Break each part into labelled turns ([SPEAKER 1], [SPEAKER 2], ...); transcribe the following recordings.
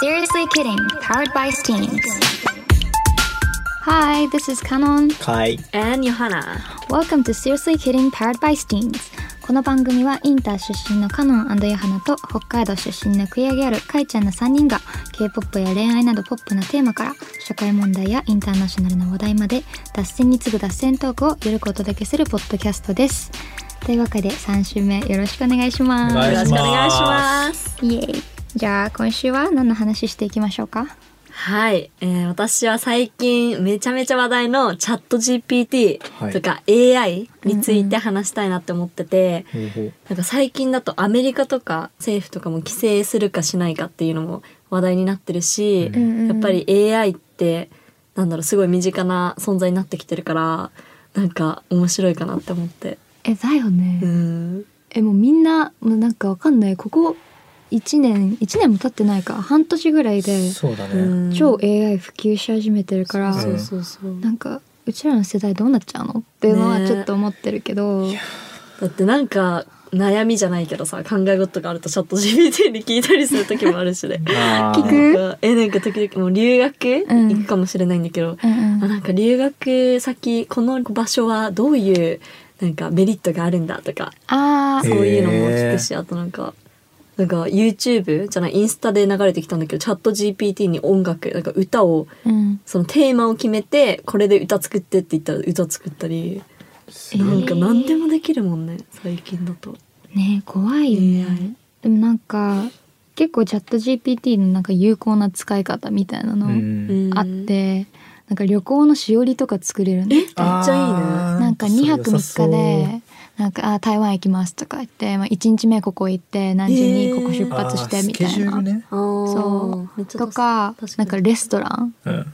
[SPEAKER 1] Seriously Kidding, powered by Steams. Hi, this is Canon.
[SPEAKER 2] はい。
[SPEAKER 3] And Johanna.
[SPEAKER 1] Welcome to Seriously Kidding, powered by Steams. この番組はインター出身のカノンヨハナと北海道出身のクイアギャルカイちゃんの3人が K-POP や恋愛などポップなテーマから社会問題やインターナショナルな話題まで脱線に次ぐ脱線トークをゆるくお届けするポッドキャストです。というわけで3週目よろしくお願いします。
[SPEAKER 2] お願いします
[SPEAKER 3] す。
[SPEAKER 1] イエーイ。じゃあ今週は何の話していきましょうか
[SPEAKER 3] はい、えー私は最近めちゃめちゃ話題のチャット GPT
[SPEAKER 2] はい
[SPEAKER 3] とか AI について話したいなって思ってて、
[SPEAKER 2] ほうほう
[SPEAKER 3] なんか最近だとアメリカとか政府とかも規制するかしないかっていうのも話題になってるし、
[SPEAKER 1] んうん
[SPEAKER 3] やっぱり AI ってなんだろうすごい身近な存在になってきてるからなんか面白いかなって思って。
[SPEAKER 4] えだよね、
[SPEAKER 3] うん
[SPEAKER 4] えもうみんなもうなんかわかんないここ1年1年も経ってないか半年ぐらいで
[SPEAKER 2] そうだ
[SPEAKER 3] う
[SPEAKER 2] ね。
[SPEAKER 3] ん
[SPEAKER 4] 超 AI 普及し始めてるから、
[SPEAKER 2] そ
[SPEAKER 3] そうそうそう
[SPEAKER 4] なんかうちらの世代どうなっちゃうのっていうのは
[SPEAKER 3] ね
[SPEAKER 4] ちょっと思ってるけど、
[SPEAKER 3] だってなんか悩みじゃないけどさ考え事があるとチャット GPT に聞いたりする時もあるしね
[SPEAKER 2] あー
[SPEAKER 4] 聞く
[SPEAKER 3] なんかえなんか時々もう留学
[SPEAKER 4] うん
[SPEAKER 3] 行くかもしれないんだけど、
[SPEAKER 4] うんうん
[SPEAKER 3] あなんか留学先この場所はどういうなんかメリットがあるんだとか
[SPEAKER 4] あ
[SPEAKER 3] そう
[SPEAKER 4] ー
[SPEAKER 3] いうのも聞くしあとなんか。なんか YouTube じゃないインスタで流れてきたんだけどチャット GPT に音楽なんか歌を
[SPEAKER 4] うん
[SPEAKER 3] そのテーマを決めてこれで歌作ってって言ったら歌作ったり
[SPEAKER 2] す
[SPEAKER 3] な
[SPEAKER 2] ごい
[SPEAKER 3] んか何でもできるもんね最近だと。
[SPEAKER 4] ね怖いよね、
[SPEAKER 3] AI
[SPEAKER 4] でもなんか結構チャット GPT のなんか有効な使い方みたいな
[SPEAKER 2] う
[SPEAKER 4] の
[SPEAKER 2] ん
[SPEAKER 4] あって、なんか旅行のしおりとか作れるんだ
[SPEAKER 3] えめっち
[SPEAKER 2] あー
[SPEAKER 3] ゃ
[SPEAKER 4] なんか2泊3日でなんかあ台湾行きますとか言って、まあ、1日目ここ行って何時にここ出発してみたいな、
[SPEAKER 2] あースケジュールね
[SPEAKER 3] いいなあ
[SPEAKER 4] そ
[SPEAKER 3] めっちゃ
[SPEAKER 4] とか
[SPEAKER 3] 確
[SPEAKER 4] なんかレストラン
[SPEAKER 2] うん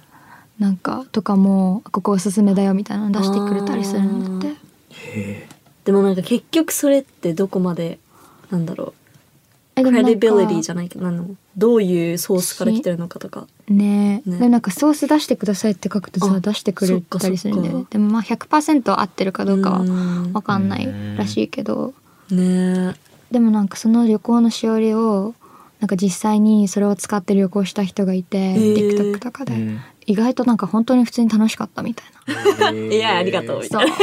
[SPEAKER 4] なんかとかもここおすすめだよみたいなの出してくれたりするんだって
[SPEAKER 2] へ
[SPEAKER 3] でもなんか結局それってどこまでなんだろう
[SPEAKER 4] えで
[SPEAKER 3] ク
[SPEAKER 4] もな
[SPEAKER 3] レ
[SPEAKER 4] んか
[SPEAKER 3] ディビリティじゃないけどなんだろうどういうソースから来てるのかとか
[SPEAKER 4] ねえ
[SPEAKER 3] ね
[SPEAKER 4] でもなんかソース出してくださいって書くと
[SPEAKER 3] あ
[SPEAKER 4] さ出してくれたりするんだよ
[SPEAKER 3] そっ
[SPEAKER 4] ね
[SPEAKER 3] か
[SPEAKER 4] でもまあ100%合ってるかどうかは
[SPEAKER 3] ん
[SPEAKER 4] 分かんないらしいけど
[SPEAKER 3] ね
[SPEAKER 4] でもなんかその旅行のしおりをなんか実際にそれを使って旅行した人がいて、
[SPEAKER 3] ー
[SPEAKER 4] TikTok とか
[SPEAKER 2] え
[SPEAKER 4] で、意外となんか本当に普通に楽しかったみたいな。
[SPEAKER 3] え AI ありがとう
[SPEAKER 4] そう。なんか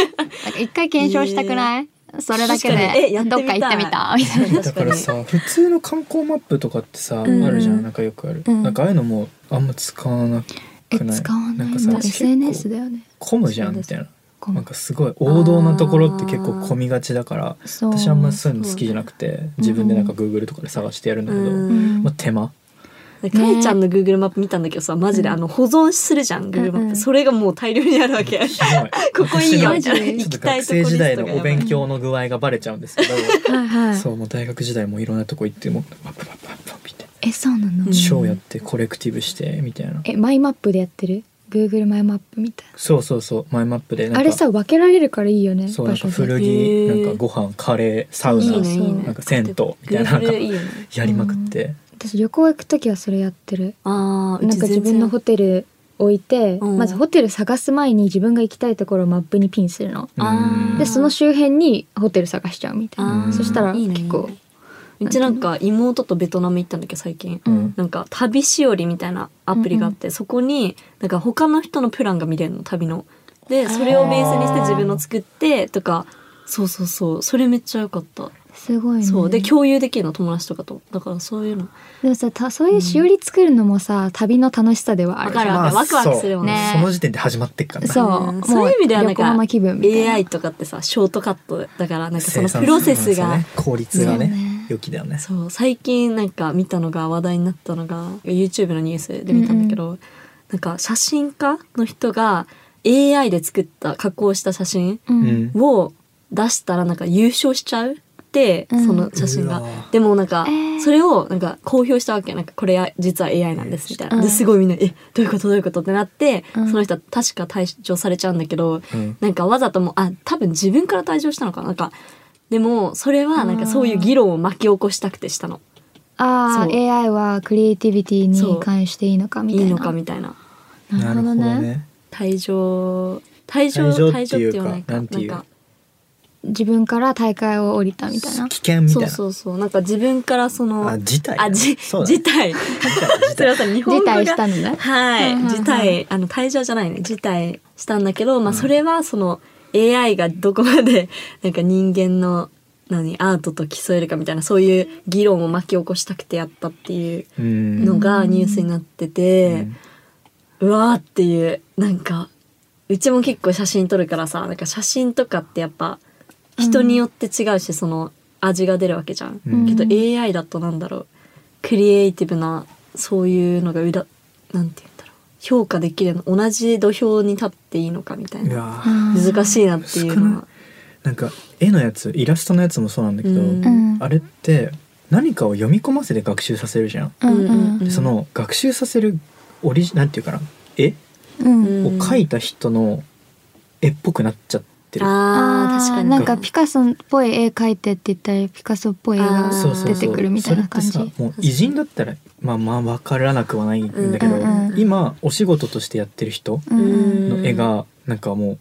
[SPEAKER 4] 一回検証したくない、それだけ
[SPEAKER 3] 確かにえ
[SPEAKER 4] で
[SPEAKER 3] やって
[SPEAKER 4] ど
[SPEAKER 3] みたい
[SPEAKER 4] っか行ってみたみたいな。
[SPEAKER 2] だからさ普通の観光マップとかってさあ
[SPEAKER 3] ん
[SPEAKER 2] るじゃんなんかよくある
[SPEAKER 4] うん
[SPEAKER 2] なんかああいうのもあんま使わな
[SPEAKER 4] え
[SPEAKER 2] くない
[SPEAKER 4] 使わないんだ
[SPEAKER 2] んかさ
[SPEAKER 4] SNS
[SPEAKER 2] 結
[SPEAKER 4] だよね。
[SPEAKER 2] 構混むじゃんみたいな
[SPEAKER 4] ごめ
[SPEAKER 2] なん
[SPEAKER 4] ん
[SPEAKER 2] かすごい王道なところって結構混みがちだから
[SPEAKER 4] そう
[SPEAKER 2] 私あんまそういうの好きじゃなくて自分でなんか Google とかで探してやるんだけど
[SPEAKER 3] うん
[SPEAKER 4] うん
[SPEAKER 2] まあ手間
[SPEAKER 3] かえちゃんの Google マップ見たんだけどさマジであの保存するじゃん Google マ
[SPEAKER 4] うんう
[SPEAKER 3] ップ
[SPEAKER 4] ん
[SPEAKER 3] それがもう大量にあるわけ
[SPEAKER 2] ひどい
[SPEAKER 3] ここいい
[SPEAKER 2] 私の
[SPEAKER 3] よ
[SPEAKER 4] マジ
[SPEAKER 2] ちょっ
[SPEAKER 3] 行
[SPEAKER 2] と
[SPEAKER 3] きたい
[SPEAKER 2] 学
[SPEAKER 3] とこリ
[SPEAKER 2] 生
[SPEAKER 3] ス
[SPEAKER 2] 時代
[SPEAKER 3] トがやばい
[SPEAKER 2] のお勉強の具合がバレちゃうんですけど
[SPEAKER 4] はいはい。
[SPEAKER 2] そうもう大学時代もいろんなとこ行ってもうパッパッパッパッパッみたい
[SPEAKER 4] えそうなの、
[SPEAKER 3] うん
[SPEAKER 2] な賞やってコレクティブしてみたいな
[SPEAKER 4] えマイマップでやってる？Google マイマップみたい
[SPEAKER 2] そうそうそうマイマップでなん
[SPEAKER 4] な。
[SPEAKER 2] か
[SPEAKER 4] あれさ分けられるからいいよね。
[SPEAKER 2] そうなんか
[SPEAKER 4] 場所で
[SPEAKER 2] 古
[SPEAKER 3] へ
[SPEAKER 2] 着
[SPEAKER 3] ー
[SPEAKER 2] なんかご飯カレーサウナ
[SPEAKER 3] いい
[SPEAKER 4] そう
[SPEAKER 3] ねいいね
[SPEAKER 2] なんか銭湯みたいななんか
[SPEAKER 3] Google いいよね
[SPEAKER 2] やりまくって
[SPEAKER 4] 私旅行行くときはそれやってる。
[SPEAKER 3] あーう
[SPEAKER 4] なん
[SPEAKER 3] ち
[SPEAKER 4] か自
[SPEAKER 3] 全然
[SPEAKER 4] 分のホテル置いて、
[SPEAKER 3] うん
[SPEAKER 4] まずホテル探す前に自分が行きたいところをマップにピンするの。
[SPEAKER 3] あー
[SPEAKER 2] うん
[SPEAKER 4] でその周辺にホテル探しちゃうみたい
[SPEAKER 3] あ
[SPEAKER 4] な
[SPEAKER 3] ー
[SPEAKER 4] そしたら
[SPEAKER 3] いいね
[SPEAKER 4] 結構
[SPEAKER 3] うちなんか妹とベトナム行ったんだけど最近、
[SPEAKER 2] うん
[SPEAKER 3] なんか旅しおりみたいなアプリがあって、そこになんか他の人のプランが見れるの旅の。でそれをベースにして自分の作ってとかそうそうそうそれめっちゃ良かった、
[SPEAKER 4] すごいね
[SPEAKER 3] そうで共有できるの友達とかとだからそういうの
[SPEAKER 4] でもさたそういうしおり作るのもさ、旅の楽しさではあるじ
[SPEAKER 3] わかる
[SPEAKER 4] ゃん
[SPEAKER 3] わワクワクするよね
[SPEAKER 2] そうその時点で始まってっからな
[SPEAKER 4] そう
[SPEAKER 3] うん
[SPEAKER 4] もう
[SPEAKER 3] そういう意味ではなん
[SPEAKER 4] 旅行
[SPEAKER 3] か
[SPEAKER 4] の気分みたいな
[SPEAKER 3] AI とかってさショートカットだからなんかそ
[SPEAKER 2] 生
[SPEAKER 3] の
[SPEAKER 2] 産
[SPEAKER 3] プロセス
[SPEAKER 2] そう
[SPEAKER 3] が
[SPEAKER 2] なんですよね効率が
[SPEAKER 4] そう
[SPEAKER 2] ね
[SPEAKER 4] ね
[SPEAKER 2] 良きだよね
[SPEAKER 3] そう最近なんか見たのが話題になったのが YouTube のニュースで見たんだけど、なんか写真家の人が AI で作った加工した写真
[SPEAKER 4] う
[SPEAKER 2] うんん
[SPEAKER 3] を出したらなんか優勝しちゃうって、
[SPEAKER 4] うん
[SPEAKER 3] その写真
[SPEAKER 2] う
[SPEAKER 3] が
[SPEAKER 2] わ
[SPEAKER 3] でもなんか
[SPEAKER 4] えー
[SPEAKER 3] それをなんか公表したわけなんかこれは実は AI なんですみたいな、
[SPEAKER 4] うん
[SPEAKER 3] ですごいみんな「えどういうことどういうこと?」ってなって、
[SPEAKER 4] うん
[SPEAKER 3] その人は確か退場されちゃうんだけど、
[SPEAKER 2] うん
[SPEAKER 3] なんかわざともあ多分自分から退場したのかななんかでもそれはなんかそういう議論を巻き起こしたくてしたの
[SPEAKER 4] あ
[SPEAKER 3] そう
[SPEAKER 4] あ AI はクリエイティビティに関していいのかみ
[SPEAKER 3] い
[SPEAKER 4] たい
[SPEAKER 3] い
[SPEAKER 4] な
[SPEAKER 3] のかみたいな
[SPEAKER 4] な
[SPEAKER 2] な
[SPEAKER 4] る
[SPEAKER 2] るほ
[SPEAKER 4] ほど
[SPEAKER 2] ど
[SPEAKER 4] ね
[SPEAKER 2] ね
[SPEAKER 3] 退場退場
[SPEAKER 2] 退場
[SPEAKER 3] 退場って言わな
[SPEAKER 2] って
[SPEAKER 3] い
[SPEAKER 2] いうかな
[SPEAKER 3] か
[SPEAKER 2] んていう
[SPEAKER 3] なんか
[SPEAKER 4] 自分から大会を降りたみたいな
[SPEAKER 2] 危。険みたい
[SPEAKER 3] そう
[SPEAKER 2] な
[SPEAKER 3] そうそうなんか自分からその
[SPEAKER 2] あ事態
[SPEAKER 3] あじ
[SPEAKER 2] そうだ
[SPEAKER 3] 事態すいません日本
[SPEAKER 4] 辞
[SPEAKER 3] 語が
[SPEAKER 4] 退したのね。
[SPEAKER 3] はい
[SPEAKER 4] うんうんうん
[SPEAKER 3] 辞退あの退場じゃないね辞退したんだけどまあそれはその AI がどこまで なんか人間の何アートと競えるかみたいなそういう議論を巻き起こしたくてやったっていう
[SPEAKER 2] うん
[SPEAKER 3] のがニュースになって
[SPEAKER 2] う
[SPEAKER 3] て
[SPEAKER 2] ん、
[SPEAKER 3] うわーっていうなんかうちも結構写真撮るからさなんか写真とかってやっぱ人によって違うし、その味が出るわけじゃん、
[SPEAKER 2] うん
[SPEAKER 3] けど AI だとなんだろうクリエイティブなそういうのが裏なんて言うんだろう評価できるの同じ土俵に立っていいのかみたい
[SPEAKER 2] い
[SPEAKER 3] な
[SPEAKER 2] や
[SPEAKER 4] うん
[SPEAKER 3] 難しいなっていうのは
[SPEAKER 2] なんか絵のやつイラストのやつもそうなんだけど、
[SPEAKER 3] うん
[SPEAKER 4] うん。
[SPEAKER 2] あれって何かを読み込ませて学習させるじゃん、
[SPEAKER 4] うんう
[SPEAKER 3] うん
[SPEAKER 2] でその学習させるオリジなんていうかな絵
[SPEAKER 4] うん。
[SPEAKER 2] を描いた人の絵っぽくなっちゃってる、
[SPEAKER 3] あー
[SPEAKER 4] ー
[SPEAKER 3] 確かに
[SPEAKER 4] なんかピカソっぽい絵描いてって言ったらピカソっぽい絵が
[SPEAKER 3] あー
[SPEAKER 2] そうそうそう
[SPEAKER 4] 出てくるみたいな感じ。
[SPEAKER 2] それってさもう偉人だったらまあまあ分からなくはないんだけど、
[SPEAKER 4] うんうんうん
[SPEAKER 2] 今お仕事としてやってる人
[SPEAKER 4] うんうん
[SPEAKER 2] の絵がなんかもう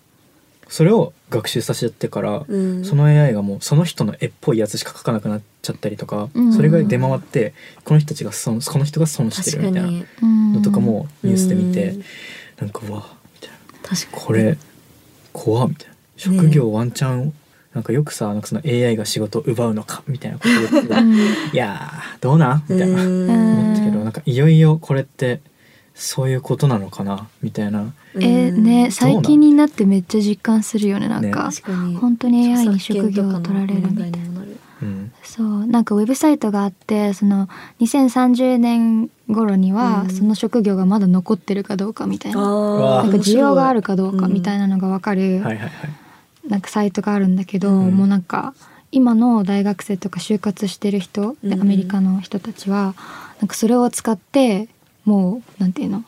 [SPEAKER 2] それを学習させちゃってから、
[SPEAKER 3] うん
[SPEAKER 2] その AI がもうその人の絵っぽいやつしか描かなくなっちゃったりとか、
[SPEAKER 4] うん
[SPEAKER 2] それが出回ってこの人たちが損この人が損して
[SPEAKER 3] 確
[SPEAKER 2] るみた
[SPEAKER 3] か
[SPEAKER 2] いな
[SPEAKER 3] に
[SPEAKER 2] のとかもニュースで見て、
[SPEAKER 3] うん
[SPEAKER 2] なんかうわみたいな
[SPEAKER 3] 確かに
[SPEAKER 2] これ怖みたいな職業ワンチャン、なんかよくさなんかその AI が仕事を奪うのかみたいなこと言ってた
[SPEAKER 4] う
[SPEAKER 2] い
[SPEAKER 4] ん
[SPEAKER 2] やーどうなんみたいな
[SPEAKER 4] うん
[SPEAKER 2] 思ったけどなんかいよいよこれってそういうことなのかなみたいな
[SPEAKER 4] えね最近になってめっちゃ実感するよねなんか、
[SPEAKER 3] 確かに
[SPEAKER 4] 本当に AI に職業を取られるみたいな。
[SPEAKER 3] な。
[SPEAKER 2] うん
[SPEAKER 4] そうなんかウェブサイトがあってその2030年頃には、
[SPEAKER 3] うん
[SPEAKER 4] その職業がまだ残ってるかどうかみたいな
[SPEAKER 2] あ
[SPEAKER 3] あ
[SPEAKER 2] ー
[SPEAKER 4] なんか需要があるかどうか
[SPEAKER 3] うん
[SPEAKER 4] みたいなのが分かる、
[SPEAKER 2] はいはいはい
[SPEAKER 4] なんかサイトがあるんだけど、
[SPEAKER 2] うん
[SPEAKER 4] もうなんか今の大学生とか就活してる人、で
[SPEAKER 3] うん
[SPEAKER 4] アメリカの人たちはなんかそれを使ってもうなんていうの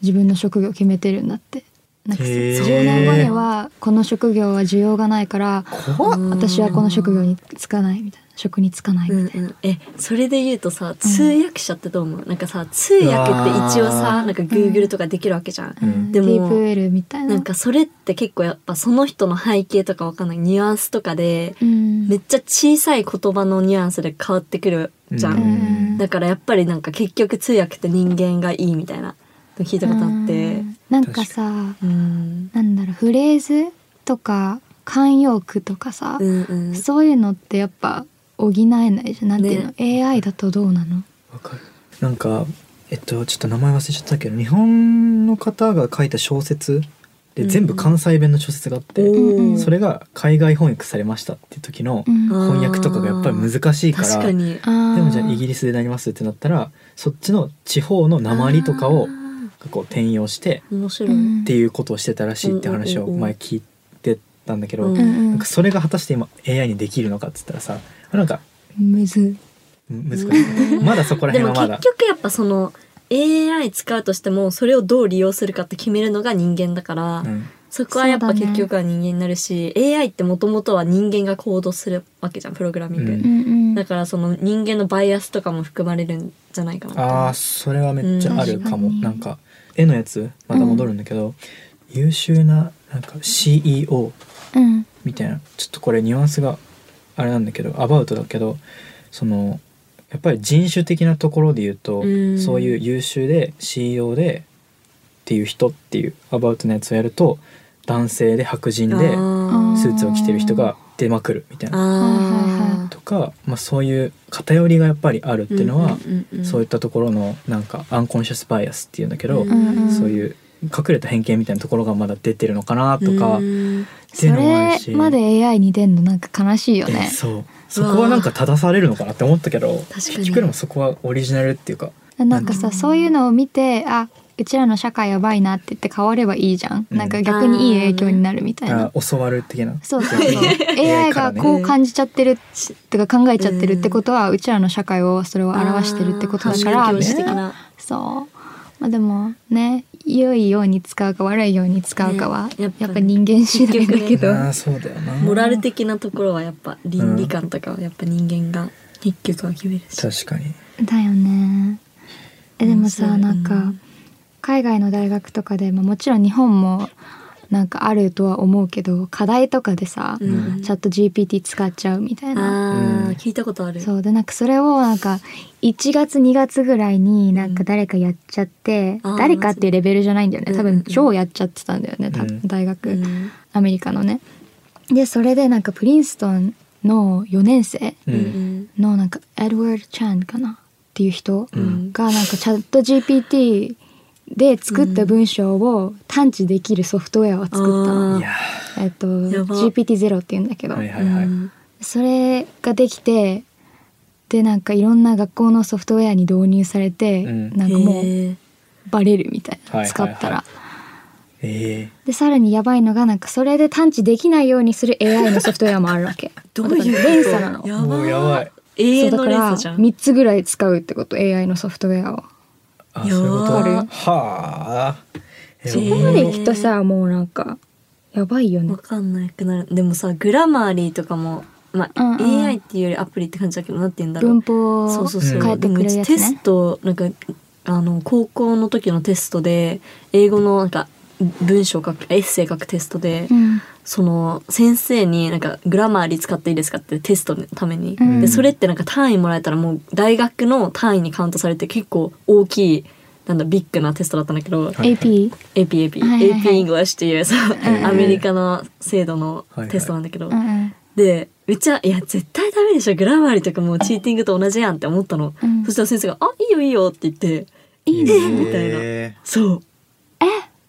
[SPEAKER 4] 自分の職業決めてるんだって。なんか
[SPEAKER 2] へー
[SPEAKER 4] 10年後にはこの職業は需要がないから
[SPEAKER 2] 怖っ
[SPEAKER 3] うん
[SPEAKER 4] 私はこの職業に就かないみたいな職に就かないみたいな
[SPEAKER 3] うんうん、えそれで言うとさ通訳者ってどう思う、なんかさ通訳って一応
[SPEAKER 2] うわ
[SPEAKER 3] さ
[SPEAKER 2] ー
[SPEAKER 3] なんか Google とかできるわけじゃん、
[SPEAKER 2] うん
[SPEAKER 4] デ
[SPEAKER 3] で
[SPEAKER 4] ィ
[SPEAKER 3] も
[SPEAKER 4] ープウェルみたいな。
[SPEAKER 3] なんかそれって結構やっぱその人の背景とかわかんないニュアンスとかで
[SPEAKER 4] うん、
[SPEAKER 3] めっちゃ小さい言葉のニュアンスで変わってくるじゃん、
[SPEAKER 4] ん
[SPEAKER 3] だからやっぱりなんか結局通訳って人間がいいみたいなの聞いたことあって
[SPEAKER 4] うんなんかさ、
[SPEAKER 3] うん
[SPEAKER 4] なんだろうフレーズとか慣用句とかさ、
[SPEAKER 3] うんうん
[SPEAKER 4] そういうのってやっぱ補えないじゃん。なんていうの、AI だとどうなの？
[SPEAKER 2] わかるなんかえっとちょっと名前忘れちゃったけど日本の方が書いた小説で
[SPEAKER 3] うん
[SPEAKER 2] 全部関西弁の小説があって、
[SPEAKER 4] うんうん
[SPEAKER 2] それが海外翻訳されましたっていう時の
[SPEAKER 4] うん
[SPEAKER 3] あ
[SPEAKER 2] 翻訳とかがやっぱり難しいから
[SPEAKER 3] 確かに
[SPEAKER 4] あー
[SPEAKER 2] でもじゃあイギリスでなりますってなったらそっちの地方の鉛とかをこう転用して
[SPEAKER 3] 面白い、
[SPEAKER 4] うん
[SPEAKER 2] っていうことをしてたらしいって話を前聞いてたんだけど、
[SPEAKER 3] うん
[SPEAKER 4] うん
[SPEAKER 2] なんかそれが果たして今 AI にできるのかっつったらさなんか
[SPEAKER 4] むず。
[SPEAKER 2] む難しい、 まだそこら
[SPEAKER 3] で
[SPEAKER 2] 辺
[SPEAKER 3] も
[SPEAKER 2] はまだ
[SPEAKER 3] 結局やっぱその AI 使うとしてもそれをどう利用するかって決めるのが人間だから、
[SPEAKER 2] うん
[SPEAKER 3] そこはやっ
[SPEAKER 4] そ
[SPEAKER 3] ぱ
[SPEAKER 4] うだね
[SPEAKER 3] 結局は人間になるし、AI ってもともとは人間が行動するわけじゃんプログラミング、
[SPEAKER 2] う
[SPEAKER 4] うんうん。
[SPEAKER 3] だからその人間のバイアスとかも含まれるんじゃないかなって
[SPEAKER 2] あーそれはめっちゃあるかも、
[SPEAKER 4] うん
[SPEAKER 2] なんか絵のやつまた戻るんだけど、優秀ななんか CEO
[SPEAKER 4] うん
[SPEAKER 2] みたいなちょっとこれニュアンスがあれなんだけどアバウトだけどそのやっぱり人種的なところで言うと、
[SPEAKER 3] うん
[SPEAKER 2] そういう優秀で CEO でっていう人っていうアバウトのやつをやると男性で白人で
[SPEAKER 3] あ
[SPEAKER 2] スーツを着てる人が出まくるみたい
[SPEAKER 3] ー
[SPEAKER 2] な
[SPEAKER 3] あ
[SPEAKER 2] とか、まあ、そういう偏りがやっぱりあるっていうのは、そうい
[SPEAKER 3] い
[SPEAKER 2] ったところのなんかアンコンシャスバイアスっていうんだけど、
[SPEAKER 4] んうん
[SPEAKER 2] そういう隠れた偏見みたいなところがまだ出てるのかなとか、って
[SPEAKER 4] そ
[SPEAKER 2] いうのもあるし
[SPEAKER 4] れまで AI に出んのなんか悲しいよ
[SPEAKER 2] え
[SPEAKER 4] ね。
[SPEAKER 2] そうそこはなんか正されるのかなって思ったけど
[SPEAKER 3] かに
[SPEAKER 2] 結局でもそこはオリジナルっていうか
[SPEAKER 4] なんかさそういうのを見てあうちらの社会やばいなって言って変わればいいじゃん、
[SPEAKER 2] うん
[SPEAKER 4] なんか逆にいい影響になるみたいな、
[SPEAKER 2] あ教わる的な
[SPEAKER 4] そうそう そう
[SPEAKER 2] AI
[SPEAKER 4] AI がこう感じちゃってるってか考えちゃってるってことは、うちらの社会をそれを表してるってことだから
[SPEAKER 3] 教
[SPEAKER 4] み
[SPEAKER 3] 師
[SPEAKER 4] た
[SPEAKER 3] 的
[SPEAKER 4] いな
[SPEAKER 3] な
[SPEAKER 4] そうまあでもね良いように使うか悪いように使うかは、
[SPEAKER 3] ねや
[SPEAKER 4] やっ
[SPEAKER 3] っぱね
[SPEAKER 4] ぱ人間次第だけ
[SPEAKER 3] 結
[SPEAKER 4] ど、
[SPEAKER 2] あーそうだよな
[SPEAKER 3] モラル的なところはやっぱ倫理観とかはやっぱ人間が結局は決める
[SPEAKER 2] 確
[SPEAKER 3] し、
[SPEAKER 2] かに
[SPEAKER 4] だよねえでもさ
[SPEAKER 3] 面白い
[SPEAKER 4] なんか、
[SPEAKER 3] うん
[SPEAKER 4] 海外の大学とかで、まあ、もちろん日本もなんかあるとは思うけど課題とかでさ、
[SPEAKER 3] うんうん
[SPEAKER 4] チャット GPT 使っちゃうみたいな。
[SPEAKER 3] あ
[SPEAKER 2] う
[SPEAKER 3] あ
[SPEAKER 2] ん
[SPEAKER 3] 聞いたことある
[SPEAKER 4] そうでなんかそれをなんか1月2月ぐらいになんか誰かやっちゃって、
[SPEAKER 3] あー
[SPEAKER 4] 誰かっていうレベルじゃないんだよね多
[SPEAKER 3] うんうんう
[SPEAKER 4] 分
[SPEAKER 3] ん
[SPEAKER 4] 超やっちゃってたんだよね、た
[SPEAKER 2] うん
[SPEAKER 4] 大学、
[SPEAKER 3] うん
[SPEAKER 4] アメリカのね。でそれでなんかプリンストンの4年生
[SPEAKER 2] う
[SPEAKER 3] うんん
[SPEAKER 4] のなんかエドワード・チャンかなっていう人
[SPEAKER 3] うんうん
[SPEAKER 4] がなんかチャット GPT で作った文章を探知できるソフトウェアを作ったの。
[SPEAKER 3] うん
[SPEAKER 2] いや
[SPEAKER 4] えっと
[SPEAKER 3] やば
[SPEAKER 4] GPT-0 って言うんだけど、
[SPEAKER 2] ーはいはいはい、
[SPEAKER 3] うん
[SPEAKER 4] それができてでなんかいろんな学校のソフトウェアに導入されて、
[SPEAKER 2] うん
[SPEAKER 4] なんかもう
[SPEAKER 3] へー
[SPEAKER 4] バレるみたいな、
[SPEAKER 2] はいはいはい
[SPEAKER 4] 使ったら。
[SPEAKER 2] え
[SPEAKER 4] でさらにやばいのがなんかそれで探知できないようにする AI のソフトウェアもあるわけ
[SPEAKER 3] どういうこと
[SPEAKER 4] 連鎖なの
[SPEAKER 2] ー、もうやばい
[SPEAKER 4] そう
[SPEAKER 3] 永遠
[SPEAKER 4] だ
[SPEAKER 3] の
[SPEAKER 4] か
[SPEAKER 3] 連
[SPEAKER 4] ら
[SPEAKER 3] 鎖じゃん
[SPEAKER 4] 3つぐらい使うってこと AI のソフトウェアを
[SPEAKER 2] あそういうこと
[SPEAKER 3] やばい
[SPEAKER 2] はあえ
[SPEAKER 3] そ
[SPEAKER 4] ここ
[SPEAKER 3] こ
[SPEAKER 4] まで行くとさもうなんかやばいよね
[SPEAKER 3] わかんなくなるでもさグラマーリーとかもまあ、
[SPEAKER 4] うんうん
[SPEAKER 3] AI っていうよりアプリって感じだけどなんて言うんだろう
[SPEAKER 4] 文法
[SPEAKER 3] そ
[SPEAKER 4] を
[SPEAKER 3] うそうそう、
[SPEAKER 4] 変えて
[SPEAKER 3] でも
[SPEAKER 4] く
[SPEAKER 3] う
[SPEAKER 4] れる
[SPEAKER 3] ち
[SPEAKER 4] やつ
[SPEAKER 3] テス
[SPEAKER 4] ね
[SPEAKER 3] トなんかあの高校の時のテストで英語のなんか文章書くエッセイ書くテストで、
[SPEAKER 4] うん
[SPEAKER 3] その先生になんかグラマーリー使っていいですかってテストのために、
[SPEAKER 4] うん
[SPEAKER 3] でそれってなんか単位もらえたらもう大学の単位にカウントされて結構大きいなんだビッグなテストだったんだけど、
[SPEAKER 2] はい
[SPEAKER 4] AP
[SPEAKER 3] APAP、
[SPEAKER 4] はいはいはい
[SPEAKER 3] AP English っていうさ、
[SPEAKER 2] ん
[SPEAKER 3] アメリカの制度のテストなんだけど、
[SPEAKER 4] うんうん
[SPEAKER 3] でめっちゃ「いや絶対ダメでしょグラマーリーとかもうチーティングと同じやん」って思ったの、
[SPEAKER 4] うん
[SPEAKER 3] そしたら先生が「あいいよいいよ」って言って
[SPEAKER 2] いい
[SPEAKER 3] ねみたいなそう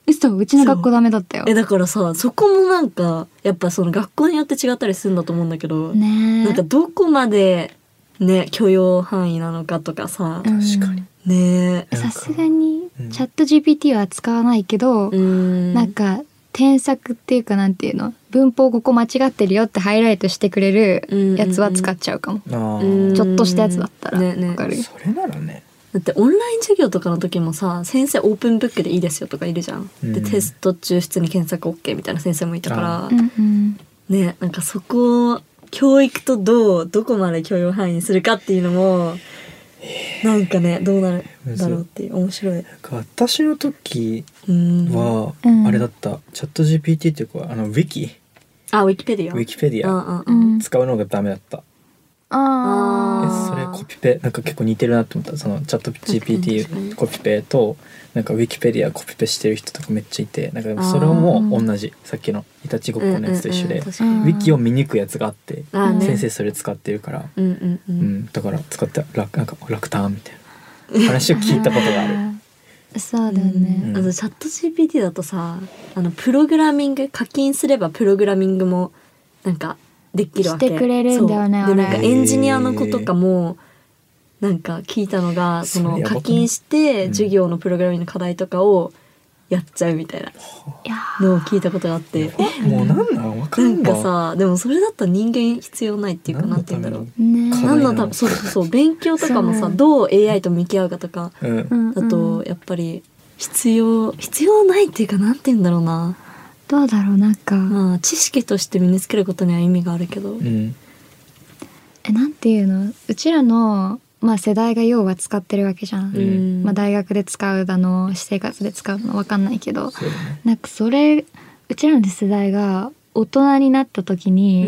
[SPEAKER 4] 嘘うちの学校ダメだったよ
[SPEAKER 3] えだからさそこもなんかやっぱその学校によって違ったりするんだと思うんだけど、
[SPEAKER 4] ねえ
[SPEAKER 3] なんかどこまでね許容範囲なのかとかさ、
[SPEAKER 4] うん
[SPEAKER 2] 確かに
[SPEAKER 3] ね
[SPEAKER 2] なん
[SPEAKER 4] さ
[SPEAKER 2] か
[SPEAKER 4] すがに
[SPEAKER 2] うん
[SPEAKER 4] チャット GPT は使わないけど、
[SPEAKER 3] うん
[SPEAKER 4] なんか添削っていうかなんていうの文法ここ間違ってるよってハイライトしてくれるやつは使っちゃうかも、
[SPEAKER 2] あ
[SPEAKER 3] うん
[SPEAKER 2] ー
[SPEAKER 4] ちょっとしたやつだったら
[SPEAKER 3] ねね
[SPEAKER 4] わかる、
[SPEAKER 2] それならね
[SPEAKER 3] だってオンライン授業とかの時もさ先生オープンブックでいいですよとかいるじゃん、
[SPEAKER 2] うん
[SPEAKER 3] でテスト中普通に検索 OK みたいな先生もいたから、
[SPEAKER 4] うんうん
[SPEAKER 3] ねなんかそこを教育とどうどこまで許容範囲にするかっていうのもなんかねどうなる
[SPEAKER 2] むず
[SPEAKER 3] だろうっていう面白い。
[SPEAKER 2] なんか私の時
[SPEAKER 3] うん
[SPEAKER 2] は、
[SPEAKER 4] うん
[SPEAKER 2] あれだったチャット GPT っていうかあのウィキ
[SPEAKER 3] あウィキペディア。
[SPEAKER 2] ウィキペディア
[SPEAKER 3] ああ
[SPEAKER 4] うん
[SPEAKER 2] 使うのがダメだった、
[SPEAKER 3] あ
[SPEAKER 2] えそ
[SPEAKER 3] ー
[SPEAKER 2] れコピペなんか結構似てるなと思ったそのチャット
[SPEAKER 3] 確かに確かに
[SPEAKER 2] GPT コピペとなんかウィキペディアコピペしてる人とかめっちゃいてなんかでもそれも同じさっきのいたちごっこのやつと一緒で、
[SPEAKER 3] うんうんうん確
[SPEAKER 4] う
[SPEAKER 3] か
[SPEAKER 4] ん
[SPEAKER 3] に
[SPEAKER 2] ウィキを見に行くやつがあって
[SPEAKER 3] あーね
[SPEAKER 2] 先生それ使ってるから、
[SPEAKER 3] うんうんう。
[SPEAKER 2] うんん、だから使って楽なんか楽ターンみたいな話を聞いたことがある。
[SPEAKER 4] るそうだよね、
[SPEAKER 2] うん
[SPEAKER 3] あとチャット GPT だとさあのプログラミング課金すればプログラミングもなんかできるわけ
[SPEAKER 4] してくれるんだよね
[SPEAKER 3] そうで
[SPEAKER 4] あれ
[SPEAKER 3] なんかエンジニアの子とかもなんか聞いたのがそ
[SPEAKER 2] そ
[SPEAKER 3] の
[SPEAKER 2] れやばくな
[SPEAKER 3] 課
[SPEAKER 2] い
[SPEAKER 3] 金して
[SPEAKER 2] うん
[SPEAKER 3] 授業のプログラミングの課題とかをやっちゃうみたいない
[SPEAKER 4] やー
[SPEAKER 3] のを聞いたことがあって
[SPEAKER 2] もうなんなんわか
[SPEAKER 3] なんん
[SPEAKER 2] わ
[SPEAKER 3] かさでもそれだったら人間必要ないっていうかなんて言うんだろう
[SPEAKER 4] ね
[SPEAKER 2] か
[SPEAKER 3] 何のた
[SPEAKER 2] う
[SPEAKER 3] め
[SPEAKER 2] ん
[SPEAKER 3] そうそうそう勉強とかも
[SPEAKER 4] そ
[SPEAKER 3] さ
[SPEAKER 4] う
[SPEAKER 3] どう AI と向き合うかとか
[SPEAKER 2] うん、
[SPEAKER 4] うんうん
[SPEAKER 3] だとやっぱり必要必要ないっていうかなんて言うんだろうな
[SPEAKER 4] どうだろうなんか、
[SPEAKER 3] まあ知識として身につけることには意味があるけど
[SPEAKER 2] うん
[SPEAKER 4] えなんていうのうちらの、まあ、世代が要は使ってるわけじゃん、
[SPEAKER 3] うん
[SPEAKER 4] まあ、大学で使うだの私生活で使うのわかんないけど
[SPEAKER 2] そうだね
[SPEAKER 4] なんかそれうちらの世代が大人になった時
[SPEAKER 3] う
[SPEAKER 4] に、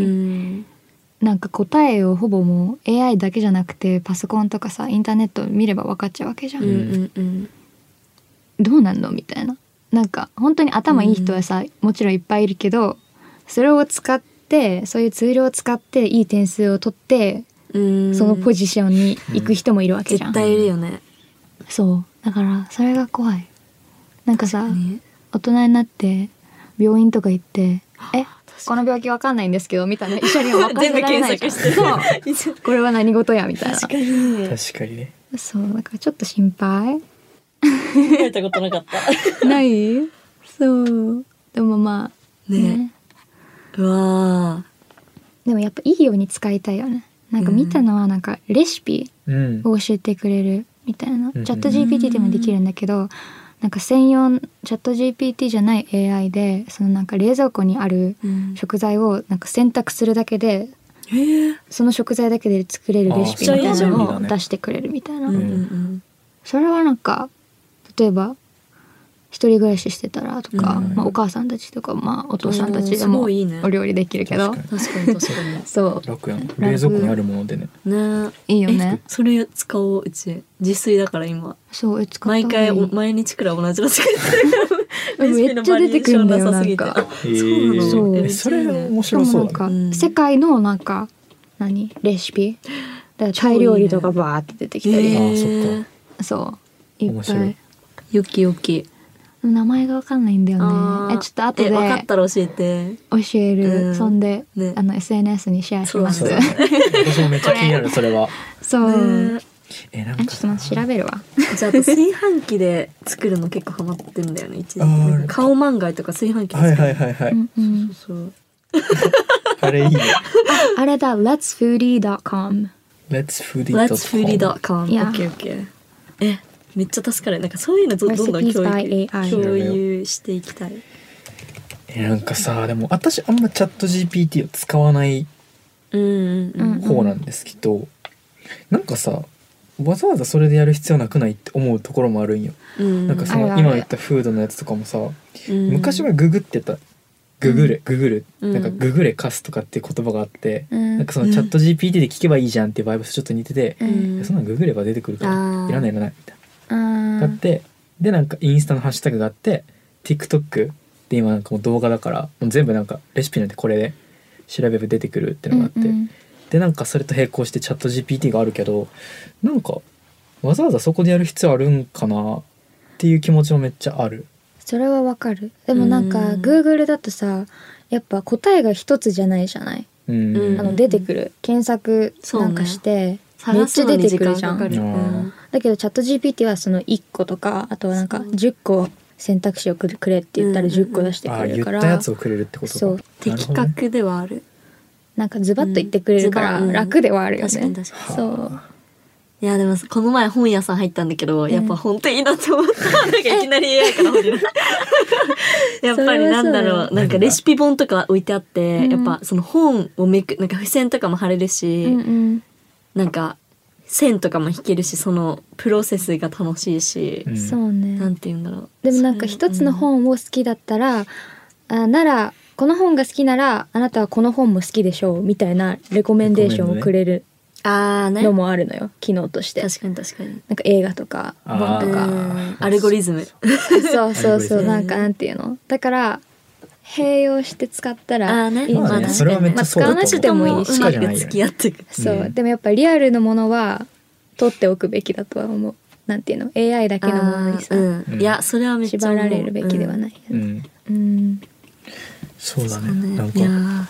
[SPEAKER 3] ん
[SPEAKER 4] なんか答えをほぼもう AI だけじゃなくてパソコンとかさインターネット見れば分かっちゃうわけじゃん、
[SPEAKER 3] うんうんうん
[SPEAKER 4] どうなんのみたいななんか本当に頭いい人はさ、もちろんいっぱいいるけどそれを使ってそういうツールを使っていい点数を取って
[SPEAKER 3] うん
[SPEAKER 4] そのポジションに行く人もいるわけじゃん、
[SPEAKER 3] 絶対いるよね
[SPEAKER 4] そうだからそれが怖いなんかさ
[SPEAKER 3] ね
[SPEAKER 4] 大人になって病院とか行って「え
[SPEAKER 3] 確
[SPEAKER 4] この病気わかんないんですけど」みたいな医者には分か
[SPEAKER 3] 全部
[SPEAKER 4] られない
[SPEAKER 3] 検
[SPEAKER 4] じゃ
[SPEAKER 3] 索
[SPEAKER 4] ん
[SPEAKER 3] し
[SPEAKER 4] そ
[SPEAKER 3] て
[SPEAKER 4] うこれは何事やみたいな
[SPEAKER 3] 確かに
[SPEAKER 2] 確かにね
[SPEAKER 4] そうだからちょっと心 配
[SPEAKER 3] 考えたことなかった
[SPEAKER 4] ないそうでもまあね
[SPEAKER 3] ねうわ
[SPEAKER 4] でもやっぱいいように使いたいよねなんか見たのはなんかレシピ
[SPEAKER 2] うん
[SPEAKER 4] を教えてくれるみたいな、
[SPEAKER 2] うん
[SPEAKER 4] チャット GPT でもできるんだけど、なんか専用チャット GPT じゃない AI でそのなんか冷蔵庫にある
[SPEAKER 3] ーうん
[SPEAKER 4] 食材をなんか選択するだけで
[SPEAKER 3] へー
[SPEAKER 4] その食材だけで作れるレシピみたいなのを出してくれるみたいな、
[SPEAKER 3] うんうんうん
[SPEAKER 4] それはなんか例えば一人暮らししてたらとか、
[SPEAKER 3] うん
[SPEAKER 4] まあ、お母さんたちとか、まあ、お父さんたちで
[SPEAKER 3] うんす
[SPEAKER 4] も
[SPEAKER 3] ごいいいね
[SPEAKER 4] お料理できるけど、
[SPEAKER 2] 確か
[SPEAKER 3] 確かに確か
[SPEAKER 4] そう
[SPEAKER 2] 楽やん冷蔵庫にあるものでね
[SPEAKER 3] に。ね
[SPEAKER 4] いいよね
[SPEAKER 3] えそれ使おううち自炊だから今
[SPEAKER 4] そうえ使った方がい
[SPEAKER 3] 毎
[SPEAKER 4] い
[SPEAKER 3] 回お毎日くらい同じの作ってるレシピ
[SPEAKER 4] め
[SPEAKER 3] の
[SPEAKER 4] っちゃ
[SPEAKER 3] バリエ
[SPEAKER 4] 出て
[SPEAKER 3] ー
[SPEAKER 4] く
[SPEAKER 3] ショ
[SPEAKER 4] る
[SPEAKER 3] ン
[SPEAKER 4] んだ
[SPEAKER 3] な
[SPEAKER 4] よ
[SPEAKER 3] さ
[SPEAKER 4] な
[SPEAKER 3] す
[SPEAKER 4] ん
[SPEAKER 3] ぎて
[SPEAKER 4] か
[SPEAKER 3] あ
[SPEAKER 2] え
[SPEAKER 3] そうなの
[SPEAKER 4] そう
[SPEAKER 3] めっちゃいいね
[SPEAKER 2] えそれ面
[SPEAKER 4] しか
[SPEAKER 2] 白
[SPEAKER 4] も
[SPEAKER 2] そ
[SPEAKER 4] な
[SPEAKER 2] うんだね
[SPEAKER 4] か、
[SPEAKER 3] うん
[SPEAKER 4] 世界のなんか何レシピだからタイ料理とかバーって出てきたり、
[SPEAKER 2] へー
[SPEAKER 3] え
[SPEAKER 2] あそっ
[SPEAKER 3] ー
[SPEAKER 4] そ
[SPEAKER 2] か
[SPEAKER 4] ういっ
[SPEAKER 2] 面
[SPEAKER 4] ぱ
[SPEAKER 2] 白い
[SPEAKER 4] い
[SPEAKER 3] よきよき
[SPEAKER 4] 名前がわかんないんだよ
[SPEAKER 3] あ
[SPEAKER 4] ね
[SPEAKER 3] ー
[SPEAKER 4] えちょっと後で
[SPEAKER 3] え分かったら教えて
[SPEAKER 4] 教える、
[SPEAKER 3] うん
[SPEAKER 4] そんで、
[SPEAKER 3] ね
[SPEAKER 4] あの SNS にシェアします
[SPEAKER 2] そ
[SPEAKER 4] そうう,、
[SPEAKER 2] だ ね私もめっちゃ気になるそれは
[SPEAKER 3] ね
[SPEAKER 2] えなん
[SPEAKER 4] あ
[SPEAKER 2] か
[SPEAKER 4] ちょっと待って調べ るわ
[SPEAKER 3] じゃああと炊飯器で作るの結構ハマってんだよね一時期
[SPEAKER 2] あー
[SPEAKER 3] なんか顔漫画とか炊飯器で作
[SPEAKER 2] は
[SPEAKER 3] る
[SPEAKER 2] いはいはいはい、
[SPEAKER 4] うんうん
[SPEAKER 3] そうそう
[SPEAKER 2] あれいいね
[SPEAKER 4] あれだ letsfoodie.com
[SPEAKER 2] Let's foodie.com
[SPEAKER 3] Let's foodie dot com
[SPEAKER 4] Yeah.
[SPEAKER 3] OK OK えめっちゃ助かるなんかそういうのどどんどん
[SPEAKER 4] Recipes
[SPEAKER 3] 教
[SPEAKER 4] by
[SPEAKER 3] 育
[SPEAKER 4] AI
[SPEAKER 3] 共有していきたい
[SPEAKER 2] えなんかさでも私あんまチャット GPT を使わない
[SPEAKER 3] うんうんうん
[SPEAKER 2] 方なんですけど、なんかさわざわざそれでやる必要なくないって思うところもあるんよ、
[SPEAKER 3] うん
[SPEAKER 2] なんかそ
[SPEAKER 4] あるあ
[SPEAKER 2] の
[SPEAKER 4] る
[SPEAKER 2] 今言ったフードのやつとかもさ、
[SPEAKER 3] うん
[SPEAKER 2] 昔はググってたググれ、ググる、
[SPEAKER 3] うん
[SPEAKER 2] なんかググれかすとかっていう言葉があって、
[SPEAKER 4] うん
[SPEAKER 2] なんかそのチャット GPT で聞けばいいじゃんっていうバイブスちょっと似てて、
[SPEAKER 4] う
[SPEAKER 2] いや
[SPEAKER 4] ん
[SPEAKER 2] そんなんググれば出てくるから
[SPEAKER 3] あー
[SPEAKER 2] いらないいらないみたい
[SPEAKER 4] うん
[SPEAKER 2] ながあってでなんかインスタのハッシュタグがあって TikTok で今なんかもう動画だからもう全部なんかレシピなんてこれで調べれば出てくるってのがあって、
[SPEAKER 4] うん
[SPEAKER 2] でなんかそれと並行してチャット GPT があるけどなんかわざわざそこでやる必要あるんかなっていう気持ちもめっちゃある。
[SPEAKER 4] それはわかるでもなんか
[SPEAKER 3] うん
[SPEAKER 4] Google だとさやっぱ答えが一つじゃないじゃない、
[SPEAKER 2] うん
[SPEAKER 3] うん
[SPEAKER 4] あの出てくる検索なんかして、めっ
[SPEAKER 3] 探
[SPEAKER 4] ち
[SPEAKER 3] す
[SPEAKER 4] ゃ
[SPEAKER 3] の
[SPEAKER 4] 出
[SPEAKER 3] に
[SPEAKER 4] て
[SPEAKER 3] 時
[SPEAKER 4] く
[SPEAKER 3] 間
[SPEAKER 4] るじゃ
[SPEAKER 3] か
[SPEAKER 4] ん
[SPEAKER 3] かる
[SPEAKER 2] あー
[SPEAKER 4] だけどチャット GPT はその1個とかあとはなんか
[SPEAKER 3] そう
[SPEAKER 4] 10個選択肢をくれくれって言ったら
[SPEAKER 3] うんうんうん
[SPEAKER 4] 10個出して
[SPEAKER 2] あ
[SPEAKER 4] く
[SPEAKER 2] あ
[SPEAKER 4] れ
[SPEAKER 2] 言
[SPEAKER 4] る
[SPEAKER 2] っ
[SPEAKER 4] か
[SPEAKER 2] た
[SPEAKER 4] ら、
[SPEAKER 2] やつをくれるってことか
[SPEAKER 4] そう
[SPEAKER 3] 的確ではある
[SPEAKER 4] なんかズバッと言ってくれるか
[SPEAKER 3] う
[SPEAKER 4] ら
[SPEAKER 3] んズバッうん
[SPEAKER 4] 楽ではあるよ
[SPEAKER 3] 確
[SPEAKER 4] ね、
[SPEAKER 3] かに確かに
[SPEAKER 4] そう
[SPEAKER 3] いやでもこの前本屋さん入ったんだけど、やっぱ本当いいなと思ったなんかいきなり AI か ら本にやっぱりなんだろう
[SPEAKER 2] そう
[SPEAKER 3] なんかレシピ本とか置いてあって、
[SPEAKER 4] うん
[SPEAKER 3] やっぱその本をめくなんか付箋とかも貼れるし、
[SPEAKER 4] うんうん
[SPEAKER 3] なんか線とかも引けるしそのプロセスが楽しいし、
[SPEAKER 2] うん
[SPEAKER 4] そうね
[SPEAKER 3] なんて言うんだろう
[SPEAKER 4] でもなんか一つの、本を好きだったら、あならこの本が好きならあなたはこの本も好きでしょうみたいなレコメンデーションをくれる
[SPEAKER 3] うんああね
[SPEAKER 4] のもあるのよ機能として
[SPEAKER 3] 確かに確かに
[SPEAKER 4] なんか映画とか
[SPEAKER 2] あー
[SPEAKER 4] 本と
[SPEAKER 2] う
[SPEAKER 4] か
[SPEAKER 2] ん
[SPEAKER 3] アルゴリズム
[SPEAKER 4] そうそうそう
[SPEAKER 2] うん
[SPEAKER 4] なんかなんていうのだから併用して使った
[SPEAKER 3] あ
[SPEAKER 4] ら
[SPEAKER 3] あ
[SPEAKER 4] いい
[SPEAKER 3] ね
[SPEAKER 4] んじゃ
[SPEAKER 2] ま
[SPEAKER 4] な
[SPEAKER 2] あ
[SPEAKER 4] い、
[SPEAKER 2] ねそれはめっちゃそうだと思う
[SPEAKER 4] まあ使わなくてもいい
[SPEAKER 3] し
[SPEAKER 4] し
[SPEAKER 3] う
[SPEAKER 2] しか
[SPEAKER 3] ま
[SPEAKER 2] じゃないよ
[SPEAKER 3] く
[SPEAKER 2] ね
[SPEAKER 3] 付き合ってく
[SPEAKER 4] そう、
[SPEAKER 2] うん
[SPEAKER 4] でもやっぱリアルのものは取っておくべきだとは思うなんていうの AI だけのものにさ、
[SPEAKER 3] うん
[SPEAKER 2] うん
[SPEAKER 3] いやそれはめっちゃ
[SPEAKER 4] 縛
[SPEAKER 3] 思う
[SPEAKER 4] られるべきではない、
[SPEAKER 2] う
[SPEAKER 4] うん
[SPEAKER 2] ん
[SPEAKER 4] うん
[SPEAKER 2] そうだ
[SPEAKER 3] う
[SPEAKER 2] ね
[SPEAKER 3] ん
[SPEAKER 2] なん
[SPEAKER 3] いや
[SPEAKER 2] か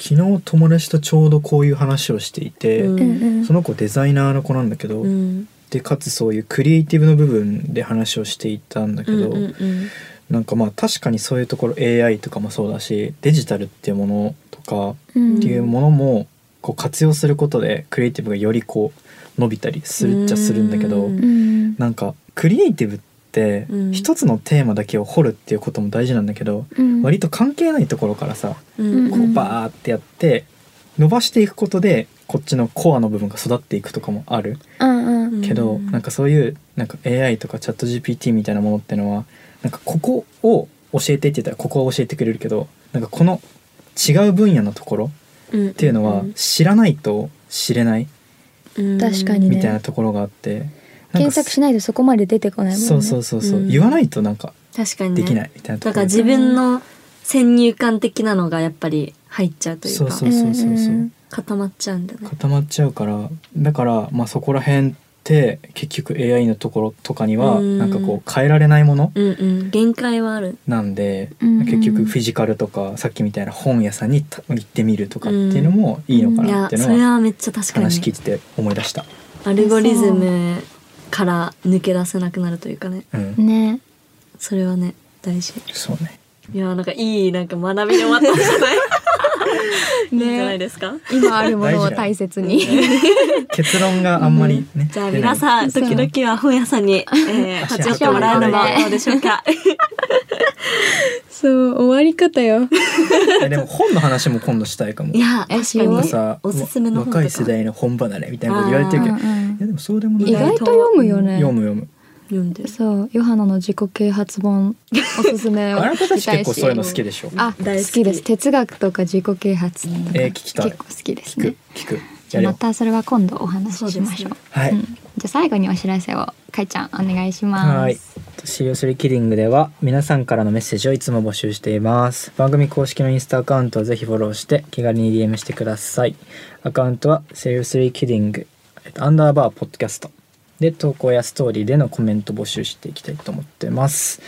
[SPEAKER 2] 昨日友達とちょうどこういう話をしていて、
[SPEAKER 3] うん
[SPEAKER 4] うんうん
[SPEAKER 2] その子デザイナーの子なんだけど、
[SPEAKER 3] ーうん
[SPEAKER 2] でかつそういうクリエイティブの部分で話をしていたんだけど、
[SPEAKER 3] うんうん
[SPEAKER 2] なんかまあ確かにそういうところ AI とかもそうだしデジタルっていうものとか
[SPEAKER 4] うん
[SPEAKER 2] っていうものもこう活用することでクリエイティブがよりこう伸びたりするっちゃするんだけど、
[SPEAKER 3] うん
[SPEAKER 4] うん
[SPEAKER 2] なんかクリエイティブって
[SPEAKER 3] うん
[SPEAKER 2] 一つのテーマだけを掘るっていうことも大事なんだけど、
[SPEAKER 4] うん
[SPEAKER 2] 割と関係ないところからさ
[SPEAKER 3] うん
[SPEAKER 4] うん
[SPEAKER 2] こうバーってやって伸ばしていくことでこっちのコアの部分が育っていくとかもある
[SPEAKER 4] うんうん
[SPEAKER 3] うん
[SPEAKER 2] けど、なんかそういうなんか AI とかチャット GPT みたいなものってのはなんかここを教えてって言ったらここは教えてくれるけどなんかこの違う分野のところ
[SPEAKER 3] うん
[SPEAKER 2] っていうのは知らないと知れない
[SPEAKER 3] うん
[SPEAKER 4] 確かにね
[SPEAKER 2] みたいなところがあって、なんか
[SPEAKER 4] 検索しないとそこまで出てこないもんね
[SPEAKER 2] そうそうそうそう、
[SPEAKER 3] うん
[SPEAKER 2] 言わないとなんか
[SPEAKER 3] 確かにね
[SPEAKER 2] できないみたいなと
[SPEAKER 3] だ
[SPEAKER 2] こ
[SPEAKER 3] か
[SPEAKER 2] ろ
[SPEAKER 3] ら自分の先入観的なのがやっぱり入っちゃうというか
[SPEAKER 2] そうそうそうそうそううん
[SPEAKER 4] うん
[SPEAKER 3] 固まっちゃうんだね
[SPEAKER 2] 固まっちゃうからだからまあそこら辺って結局 AI のところとかには
[SPEAKER 3] うん
[SPEAKER 2] なんかこう変えられないもの
[SPEAKER 3] うんうん限界はある
[SPEAKER 2] なんで、
[SPEAKER 4] うん
[SPEAKER 2] 結局フィジカルとかさっきみたいな本屋さんにた行ってみるとかっていうのもいいのか
[SPEAKER 3] い
[SPEAKER 2] な
[SPEAKER 3] や
[SPEAKER 2] っていう
[SPEAKER 3] そ
[SPEAKER 2] の
[SPEAKER 3] れ
[SPEAKER 2] は
[SPEAKER 3] はめっちゃ確か
[SPEAKER 2] 話聞い
[SPEAKER 3] に
[SPEAKER 2] てて思い出した。
[SPEAKER 3] アルゴリズムから抜け出せなくなるというかね
[SPEAKER 2] うん、
[SPEAKER 4] ね
[SPEAKER 3] それはね大事
[SPEAKER 2] そうね
[SPEAKER 3] いやなんかいいなんか学びに終わったんじゃないいいんじゃないですか
[SPEAKER 4] 今あるものを大切に
[SPEAKER 2] 結論があんまりね、
[SPEAKER 3] じゃあ
[SPEAKER 2] 出ない
[SPEAKER 3] 皆さん
[SPEAKER 4] そう
[SPEAKER 3] 時々は本屋さんに、えー、立ち寄ってもらうのはどうでしょうか
[SPEAKER 4] そう終わり方よ
[SPEAKER 2] えでも本の話も今度したいかも
[SPEAKER 3] い。や
[SPEAKER 4] え
[SPEAKER 3] 確か
[SPEAKER 4] 塩
[SPEAKER 2] なんか
[SPEAKER 3] に
[SPEAKER 2] さ
[SPEAKER 3] おすすめの本とか
[SPEAKER 2] 若い世代の本離れみたいなこと言われてるけど、いやでもそうでもない
[SPEAKER 4] 意外と読むよね
[SPEAKER 2] 読む読む。
[SPEAKER 3] 読んでる
[SPEAKER 4] そうヨハナの自己啓発本おすすめを
[SPEAKER 2] あなたたち結構そういうの好き
[SPEAKER 4] で
[SPEAKER 2] でしょ
[SPEAKER 4] あ好
[SPEAKER 3] 大好き
[SPEAKER 4] きです哲学とか自己啓発とか、
[SPEAKER 2] えー聞きたい
[SPEAKER 4] 結構好きです
[SPEAKER 2] 聞
[SPEAKER 4] ね
[SPEAKER 2] く聞く
[SPEAKER 4] じゃあ
[SPEAKER 2] やる
[SPEAKER 4] ま
[SPEAKER 2] よ
[SPEAKER 4] たそれは今度お話
[SPEAKER 3] そう
[SPEAKER 4] しし
[SPEAKER 3] で
[SPEAKER 4] ますしょ
[SPEAKER 3] ね
[SPEAKER 4] う
[SPEAKER 2] はい、
[SPEAKER 4] うん、じゃあ最後にお知らせをかいちゃんお願いします
[SPEAKER 2] はい。CO3 キリングでは皆さんからのメッセージをいつも募集しています。番組公式のインスタアカウントをぜひフォローして気軽に DM してください。アカウントは CO3 キリングアンダーバーポッドキャストで投稿やストーリーでのコメント募集していきたいと思ってます。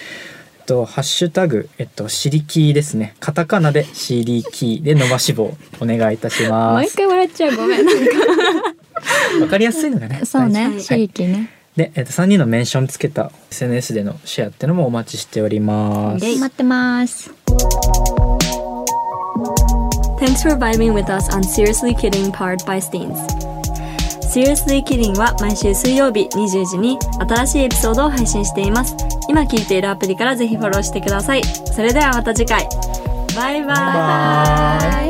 [SPEAKER 2] えっと、ハッシュタグ、えっと、シリキーですね。カタカナでシリキーで伸ばし棒お願いいたしま
[SPEAKER 4] 毎
[SPEAKER 2] す。
[SPEAKER 4] 回笑っちゃうご めん なんか
[SPEAKER 2] わかりやすいのがね。
[SPEAKER 4] そう
[SPEAKER 2] 大事
[SPEAKER 4] ね
[SPEAKER 2] はい
[SPEAKER 4] 地域ね、
[SPEAKER 2] で、えっと、3人のメンションつけた SNS でのシェアってのもお待ちしております。
[SPEAKER 3] イエイ
[SPEAKER 1] 待ってます。
[SPEAKER 3] Thanks for vibing with us on Seriously Kidding powered by Steens Seriously Kidding は毎週水曜日20時に新しいエピソードを配信しています今聞いているアプリからぜひフォローしてくださいそれではまた次回バイバイ
[SPEAKER 2] バイ
[SPEAKER 4] はい